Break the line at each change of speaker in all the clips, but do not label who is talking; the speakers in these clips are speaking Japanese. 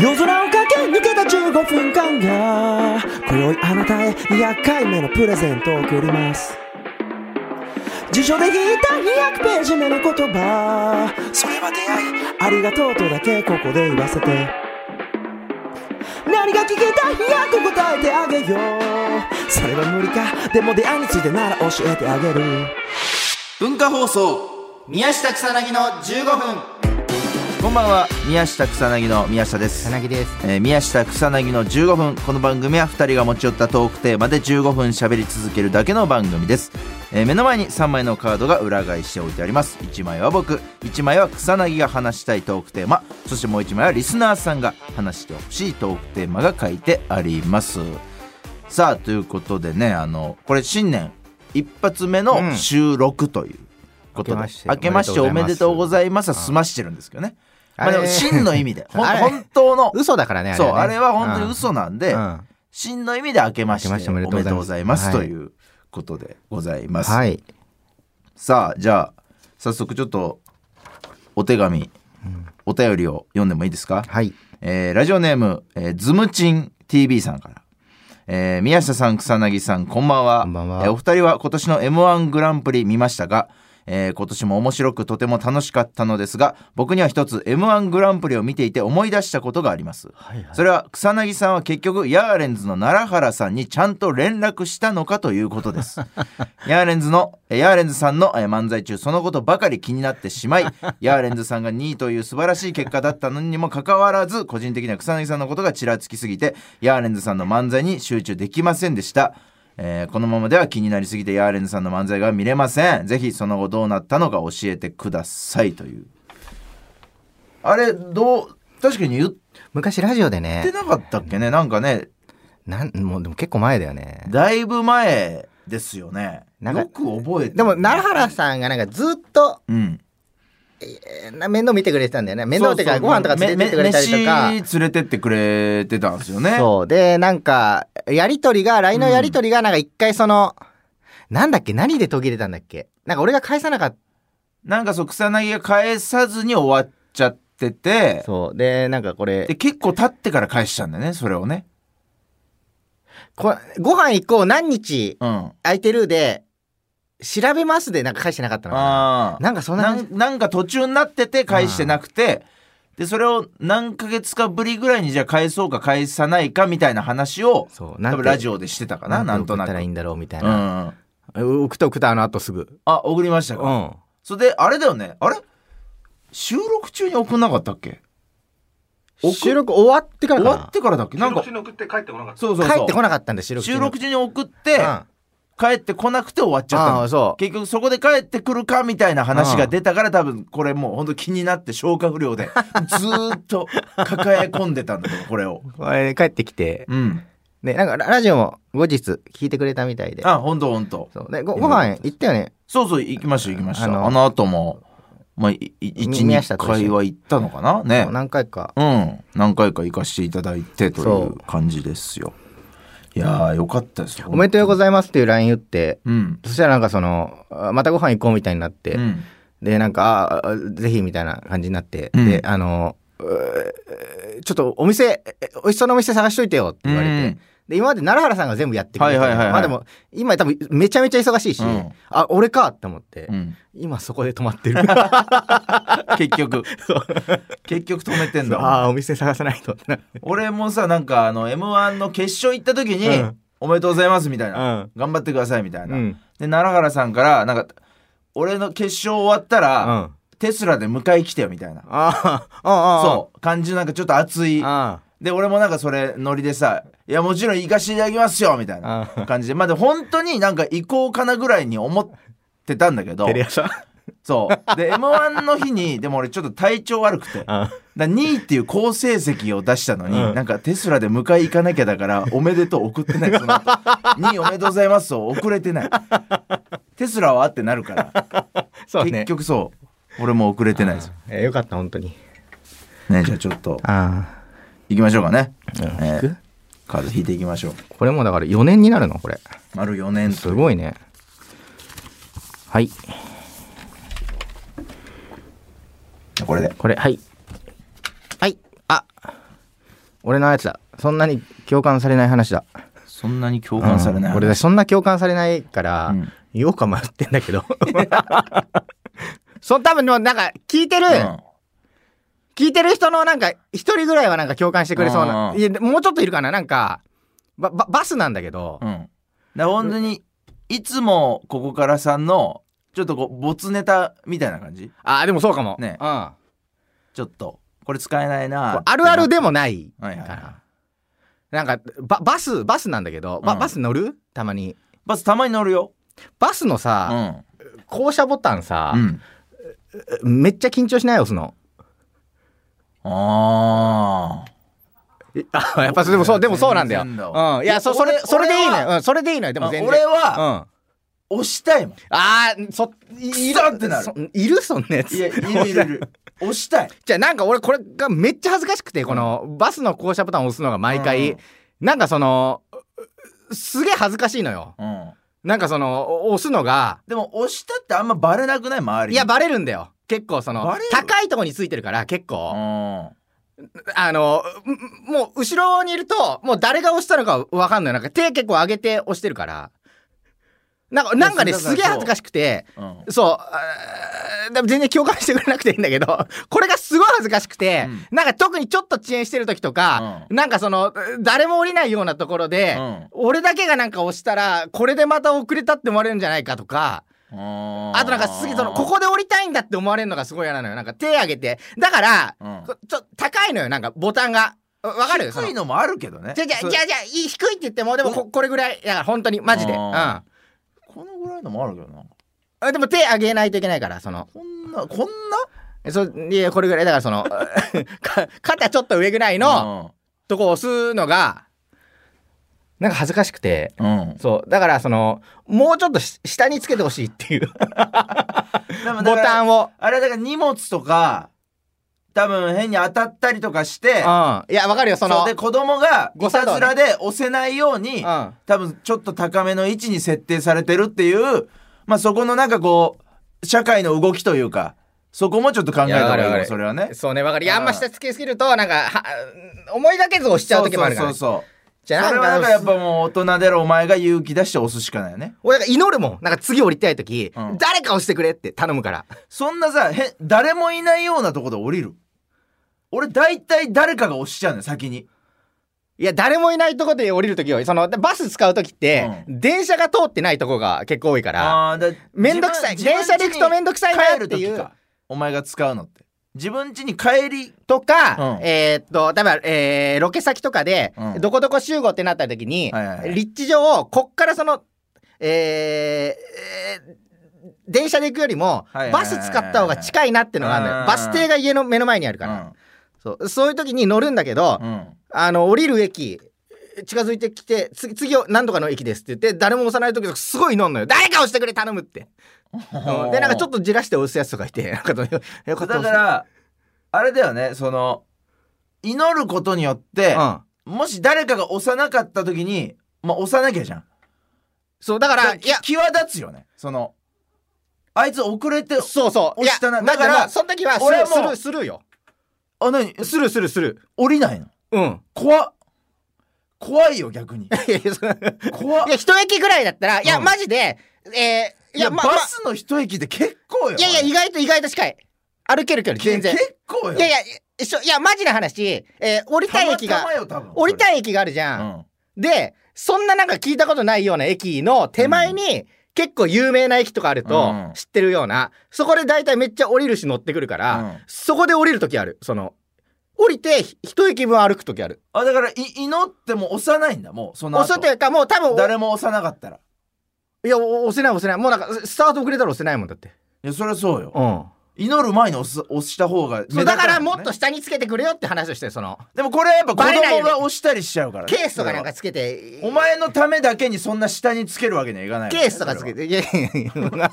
夜空を駆け抜けた15分間が今宵あなたへ200回目のプレゼントを贈ります辞書で引いた200ページ目の言葉それは出会いありがとうとだけここで言わせて何が聞きたいやと答えてあげようそれは無理かでも出会いについてなら教えてあげる
文化放送宮下草薙の15分こんばんは宮下草薙の宮下です
さなぎです。
えー宮下草薙の15分この番組は2人が持ち寄ったトークテーマで15分喋り続けるだけの番組です、えー目の前に3枚のカードが裏返しておいてあります1枚は僕1枚は草薙が話したいトークテーマそしてもう1枚はリスナーさんが話してほしいトークテーマが書いてありますさあということでねあのこれ新年一発目
う
の
ん
収録ということで、
明けまして
明けましてお
お
め
め
でと
でと
う
う
ご
ご
ざいますは済ましてるんですけどねまあでも
あれ
真の意味でほん
あれ
本当の
嘘だからね、あれ
そう、
はね
あれは本当に嘘なんで、
うんうん
真の意味で明けまして
明けまして
お
お
め
め
でと
でと
う
う
ご
ご
ざ
ざ
い
い
ま
ますす
ということでございます。
はい。
さあ、じゃあ、早速ちょっと、お手紙、お便りを読んでもいいですか
はい。
えーラジオネーム、えーズムチン TV さんから。えー宮下さん、草薙さん、こんばんは。
こんばんは
えーお二人は今年の M1 グランプリ見ましたが、えー今年も面白くとても楽しかったのですが、僕には一つ M1 グランプリを見ていて思い出したことがあります。それは草薙さんは結局、ヤーレンズの奈良原さんにちゃんと連絡したのかということ です。ヤーレンズの、えーヤーレンズさんのえー漫才中、そのことばかり気になってしまい、ヤーレンズさんが2位という素晴らしい結果だったのにもかかわらず、個人的には草薙さんのことがちらつきすぎて、ヤーレンズさんの漫才に集中できませんでした。えーこのままでは気になりすぎてヤーレンズさんの漫才が見れません。ぜひその後どうなったのか教えてくださいという。あれ、どう、確かに言っ
昔ラジオで
て
ね、
なかったっけねなんかね、
なん、もうでも結構前だよね。
だいぶ前ですよね。
な
よ
んか
く覚えて。
でも、奈原さんがなんかずっと、
うん。
えーな面倒見てくれてたんだよね。面倒っていうか、ご飯とか連れてってくれたりとか
め。飯連れてってくれてたんですよね。
そう。で、なんか、やりとりが、LINE のやりとりが、なんか一回その、なんだっけ何で途切れたんだっけなんか俺が返さなかっ
なんかそう、草薙が返さずに終わっちゃって
た。
て、
そう。で、なんかこ
で、
れ、
結構経ってから返したんだよね、それをね。
こご飯行こう何日
うん。あ
空いてるで、調べますで、なんか返してなかったのかな。
あー。
なんかそんな
な
感じ
んなんか途中になってて返してなくて、で、それを何ヶ月かぶりぐらいにじゃあ返そうか返さないかみたいな話を、
そう。なん
多
て
分ラジオでしてたかな、なんとな
送った
く。
ら
う
いい
ん。
んだろうみたいな。
あ、
送った送ったあの後すぐ。
送りましたか。
うん。
それで、あれだよね。あれ収録中に送んなかったっけ送っ
収録終わってから
終
かな
わってからだっけなんか。
に送って帰ってこなかった
そうそうそう。
帰ってこなかったんだ、収録中に。
収録中に送って、
うん
帰ってこなくて終わっちゃった
あ
の
あそう
結局そこで帰ってくるかみたいな話が出たから、多分これもう本当気になって消化不良 でずーっと抱え込んでたんだと思うこれを
これ帰ってきて、
うん
で、なんかララジオも後日聞いてくれたみたいで。
あ本当本当
そうでごご飯行ったよね。
そうそう行きました行きましたあ
あの
の後もまあ
宮
12
下と一緒に
回は行ったのかなね
何回か。
うん何回か行かせていただいてと
そ
いう
う
感じですよいやーよかったですよ
おめでとうございますっていう LINE 打って、
うん
そしたらなんかその、あまたご飯行こうみたいになって、
うん
で、なんか、ああぜひみたいな感じになって、
うん
で、あの、うーちょっとお店、ええ美味しそうなお店探しといてよって言われて、
うん
で、今まで奈良原さんが全部やってくれてたの、
はいはいはいはい
まあでも、今多分めちゃめちゃ忙しいし、
うん
あ、俺かって思って、
うん
今そこで止まってる。
結局結局止めてんだ
ああ、お店探さないと。
俺もさなんかあの m 1の決勝行った時に、
うん
おめでとうございます」みたいな、
うん
頑張ってください」みたいな、
うん
で奈良原さんからなんか「俺の決勝終わったら、
うん
テスラで迎え来てよ」みたいな、
ああ、あ
そう感じのなんかちょっと熱い
あ
で俺もなんかそれノリでさ「いやもちろん行かしていただきますよ」みたいな感じでまあでも本当になんか行こうかなぐらいに思ってたんだけど
テレ 朝
そうで m 1の日にでも俺ちょっと体調悪くて。
あ
だ2位っていう好成績を出したのに、
うん
なんかテスラで迎え行かなきゃだから、おめでとう送ってない。その 後2位おめでとうございますを送れてない。テスラはってなるから、
そう
結
ね。
局そう、俺も送れてないです。
えーよかった、本当に。
ね、じゃあちょっと、
あ
行きましょうかね。
うん
え
引く
ーカード引いていきましょう。
あ。これもうだから4年になるのこれ。
丸4年
す
と。
ごいね。はい。
これで。
これ、はい。はい。あ俺のやつだそんなに共感されない話だ
そんなに共感されない、
うん俺だそんな共感されないから、
うん
言おうか迷ってんだけど その多分でもなんか聞いてる、
うん
聞いてる人のなんか一人ぐらいはなんか共感してくれそう
うん
な
うん
いやもうちょっといるかななんかばばバスなんだけど、
うん。だから本当に、いつもここからさんの、ちょっとこう、没ネタみたいな感じ
ああでもそうかも、
ね
うん、あ
ちょっと、これ使えないな。
るあるでもないか
はい
ら、
はいは
なんかババスバスなんだけど、ば
うん
バス乗るたまに
バスたまに乗るよ。
バスの
う
さ、
ん。
降車ボタンさ
う、ん。
めっちゃ緊張しないよその
ああ。
あやっぱそれでもそうでもそうなんだよ、
全然だ
うん、いやそそれ
俺
それでいいの
俺
よ、うん、それでいいのよでも全然
俺
うん、
は、
あ
押したいもん。
あーそい
くそってなる
そいるそんなやつ
いや、いるいるいる。押したい。
じゃあなんか俺これがめっちゃ恥ずかしくてこのバスの降車ボタンを押すのが毎回、
うん
なんかそのすげえ恥ずかしいのよ
うん。
なんかその押すのが
でも、押したってあんまバレなくない周りに。
いやバレるんだよ結構その
バレる
高いとこについてるから結
う
構
ん。
あのんもう後ろにいるともう誰が押したのかわかんないなんか手結構上げて押してるからなんかなんかね
いやそ
す
うだから
げえ恥ずかしくて
うん。
そうあーでも全然共感してくれなくていいんだけど これがすごい恥ずかしくて、
う
なんか特にちょっと遅延してる時とか、なんかその誰も降りないようなところで、
うん
俺だけがなんか押したらこれでまた遅れたって思われるんじゃないかとか
うん。
あとなんかすげえそのここで降りたいんだって思われるのがすごい嫌なのよなんか手上げてだから、
うん
こちょ高いのよなんかボタンがわわかるその
低いのもあるけどね。
じゃあじゃあ
それ
じゃあじゃあいい低いって言ってもでもここれぐらいだから本当にマジでう
あ
ん
ーこのぐらいのもあるけどな。
あでも手上げないといけないからその
こんな、こん
そいやこれぐらいだからその か肩ちょっと上ぐらいの
な
とこ押すのがなんか恥ずかしくて
うん。うん。
そう。だから、その、もうちょっとし下につけてほしいっていう、ボタ
ン
ンを。
あれだから荷物とか多分変に当たったりとかして
うん。いや、わかるよ、その。
そうで子供が
誤
い
作
た
動ね
ずらで押せないように、
うん。
多分ちょっと高めの位置に設定されてるっていうまあそこのなんかこう社会の動きというかそこもちょっと考えた方
いやわか
がいい
る
よそれはね。
そうね、わかる。いや、
うん
あんま下つけすぎると、なんか、は思いがけず押しちゃう時もあるから。
そうそうそう
じ
そ
ゃ
う
あ
それは
な
なんん
か、
かやっぱもう大人であるお前が勇気出して押すしかないよね
俺が祈るもん。なんか次降りたい時、
うん
誰か押してくれって頼むから。
そんなさへ誰もいないようなとこで降りる俺大体誰かが押しちゃうのよ先に
いや、誰もいないとこで降りる時よ。その、バス使う時って、
う
電車が通ってないとこが結構多いから、
あーだ
めんどくさい。
自分
電車で行くとめんどくさい
帰
なっ
る
てい
時
う
か。お前が使うのって自分家に帰り
とか、
うん
えーっと、だから、えーロケ先とかで、
うん
どこどこ集合ってなった時に、
はいはいはい
立地上を、こっからその、えーえー電車で行くよりも、
はいはいはいは
バ
い
ス使った方が近いなってのがあるの
う
よ。
ん
バス停が家の目の前にあるから。そうそういう時に乗るんだけど、
うんうん
あの、降りる駅、近づいてきて、次、次を何とかの駅ですって言って、誰も押さない時とかすごい乗んのよ。誰か押してくれ頼むって。うんで、なんかちょっとじらして押すやつとかいて、 なんかと、よかった
だからあれだよねその祈ることによって、
うん。
もし誰かが押さなかった時にまあ押さなきゃじゃん
そう、だから、いや、
際立つよねそのあいつ遅れて
そうそう。い
押
や、
したな
だ
だ
か、
からら
その時は
俺は
スル
も
ー、
う
スルー、スルーよ。
あ何
スルー、スルー、スル
降りないの
ー。うん。
怖っ怖いよ逆に
いやいやそい
怖っ
や、一駅ぐらいだったら、いや、
うん
マジで、えー、
いや、
まあ
バスの一駅で結構よ
まあいやいや、意外と意外と近い。歩ける距離、
け
全然。
結構よ
いやいや、えしょいや、マジな話、えー降りたい駅
た
が
ま、たまよ多分
降り
い
たい駅があるじ
う
ゃん。
ん
で、そんななんか聞いたことないような駅の手前に、結構有名な駅とかあると
うん
知ってるような、そこで大体めっちゃ降りるし乗ってくるから、
うん
そこで降りる時あるその降りてひ一駅分歩く時ある
あだからい祈っても押さないんだもうその
押
後
すというかもう多分お
誰も押さなかったら
いやお押せない押せないもうなんかススタート遅れたら押せないもんだって
いやそりゃそうよ
うん
祈る前に押す押した方が目立
そうだから
たんね
もっと下につけてくれよって話をしてその
でもこれはやっぱ子
バレない
供
よね
が押したりしちゃうからね
ケースとかなんかつけて
お前のためだけにそんな下につけるわけにはいかないよね
ケースとかつけていやいやい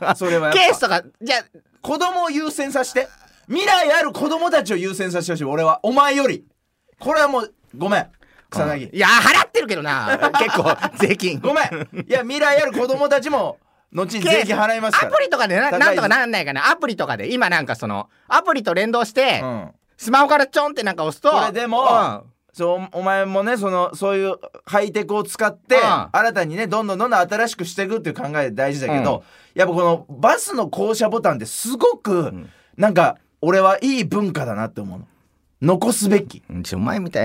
や
それはやっぱ
ケースとかじゃあ
子供を優先させて未来ある子供たちを優先させてほしい俺はお前よりこれはもうごめん草薙、
いや払ってるけどな結構税金
ごめんいや未来ある子供たちも後に 税金払いますか
ア
ら
プリとかでな
高い
なんとかなんないかなアプリとかで今なんかそのアプリと連動して、
うん
スマホからちょんってなんか押すと
これでも
うん
そうお前もねそのそういうハイテクを使って
うん
新たにねどんどんどんどん新しくしていくっていう考え大事だけど、やっぱこのバスの降車ボタンってすごく、
ん
なんか俺はいい文化だなって思うの残すべき
うんちょお前みた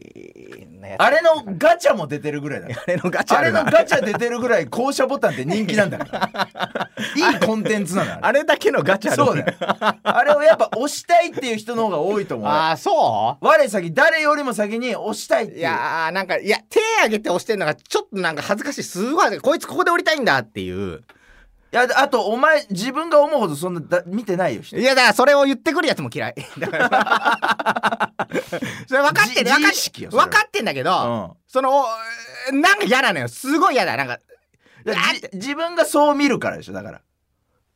いなやつ
あれのガチャも出てるぐらいだから
あれのガチャ
あ
あ
れ
るな
のガチャ出てるぐらい降車ボタンって人気なんだから いいコンテンツなのあ
あれだけのガチャ
れ
ある
そうだよあれをやっぱ押したいっていう人の方が多いと思う
ああそ
我先誰よりも先に押したいって
う
いう
いやーなんかいや手挙げて押してんのがちょっとなんか恥ずかしいすごい恥ずかしいこいつここで降りたいんだっていう
いやあとお前自分が思うほどそんなだ見てないよ人
いやだからそれを言ってくるやつも嫌い だからそれ分かっ
自
てる分か
自意識
っ
よそれは
分かってんだけ
う
ど、
ん
そのおなんか嫌なのよすごい嫌だなんか
だから
あー
じ自分がそう見るからでしょだから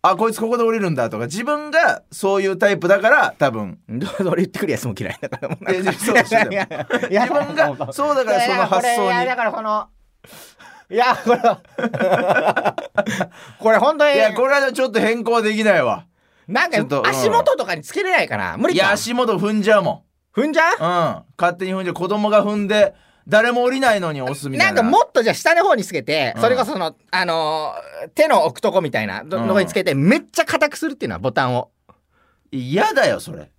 あこいつここで降りるんだとか自分がそういうタイプだから多分
どうぞ 俺言ってくるやつも嫌いだからもう
いやそうでしょでも自分が そうだからその発
い
想
や
に
だからこのいやこれは これ本当に
いやこれはちょっと変更できないわ
なんか
ちょっとうん
足元とかにつけれないかな無理
いや
か
足元踏んじゃうも
踏んじゃうん
うん勝手に踏んじゃう子供が踏んで誰も降りないのに押すみた
ないん
な
かもっとじゃあ下の方につけて、
うん
それこそその、あのー手の置くとこみたいなど
うん
のこにつけて、めっちゃ硬くするっていうのはボタンを。
嫌だよそれ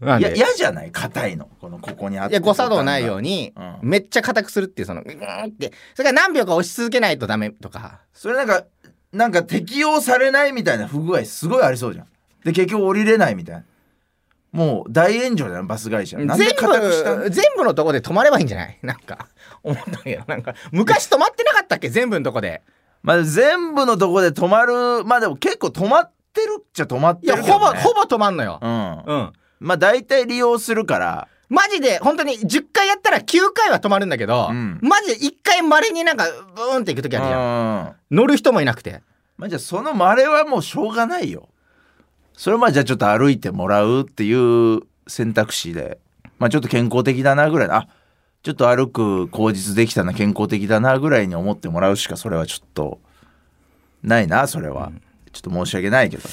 なん
いや
でいや
嫌じゃない硬いのこのここにあっ
い
て
や誤作動ないように、
うん
めっちゃ硬くするっていうそのうーんってそれから何秒か押し続けないとダメとか
それなんかなんか適用されないみたいな不具合すごいありそうじゃんで結局降りれないみたいなもう大炎上だよバス会社
全
なんで固くしたの
部全部のとこで止まればいいんじゃない なんか思ったけどなんか昔止まってなかったっけ全部のとこで
まあ全部のとこで止まるまあでも結構止まってるっちゃ止まっ
い
て
や
るけど、ね、
ほぼほぼ止まんのよ、
うん
うん、
まあ大体利用するから
マジで本当に10回やったら9回は止まるんだけど、
うん
マジで1回まれになんかブーンって行く時あるじゃん
うん
乗る人もいなくて
まあじゃあそのまれはもうしょうがないよそれまあじゃあちょっと歩いてもらうっていう選択肢でまあちょっと健康的だなぐらいのあちょっと歩く口実できたな健康的だなぐらいに思ってもらうしかそれはちょっとないなそれは、ちょっと申し訳ないけど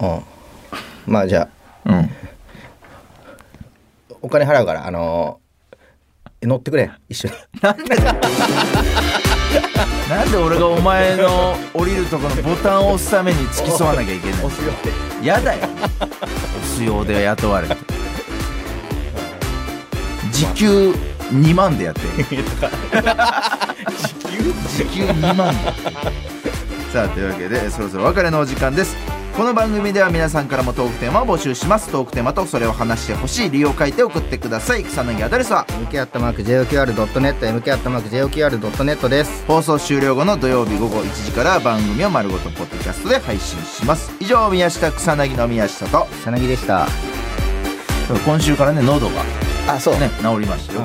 うんまあじゃ
うん
あお金払うからあのー乗ってくれ一緒に
なんで俺がお前の降りるとこのボタンを押すために付き添わなきゃいけない
すよって
やだよ押すようで雇われて時給2万でやってる時給2万さあというわけでそろそろお別れのお時間ですこの番組では皆さんからもトークテーマを募集しますトークテーマとそれを話してほしい理由を書いて送ってください草薙アドレスは
MK アットマーク JOQR.net MK アットマーク JOQR.net です
放送終了後の土曜日午後1時から番組を丸ごとポッドキャストで配信します以上宮下草薙の宮下と
さなぎでした
今週からね喉が
あそう
ね治りましたよ、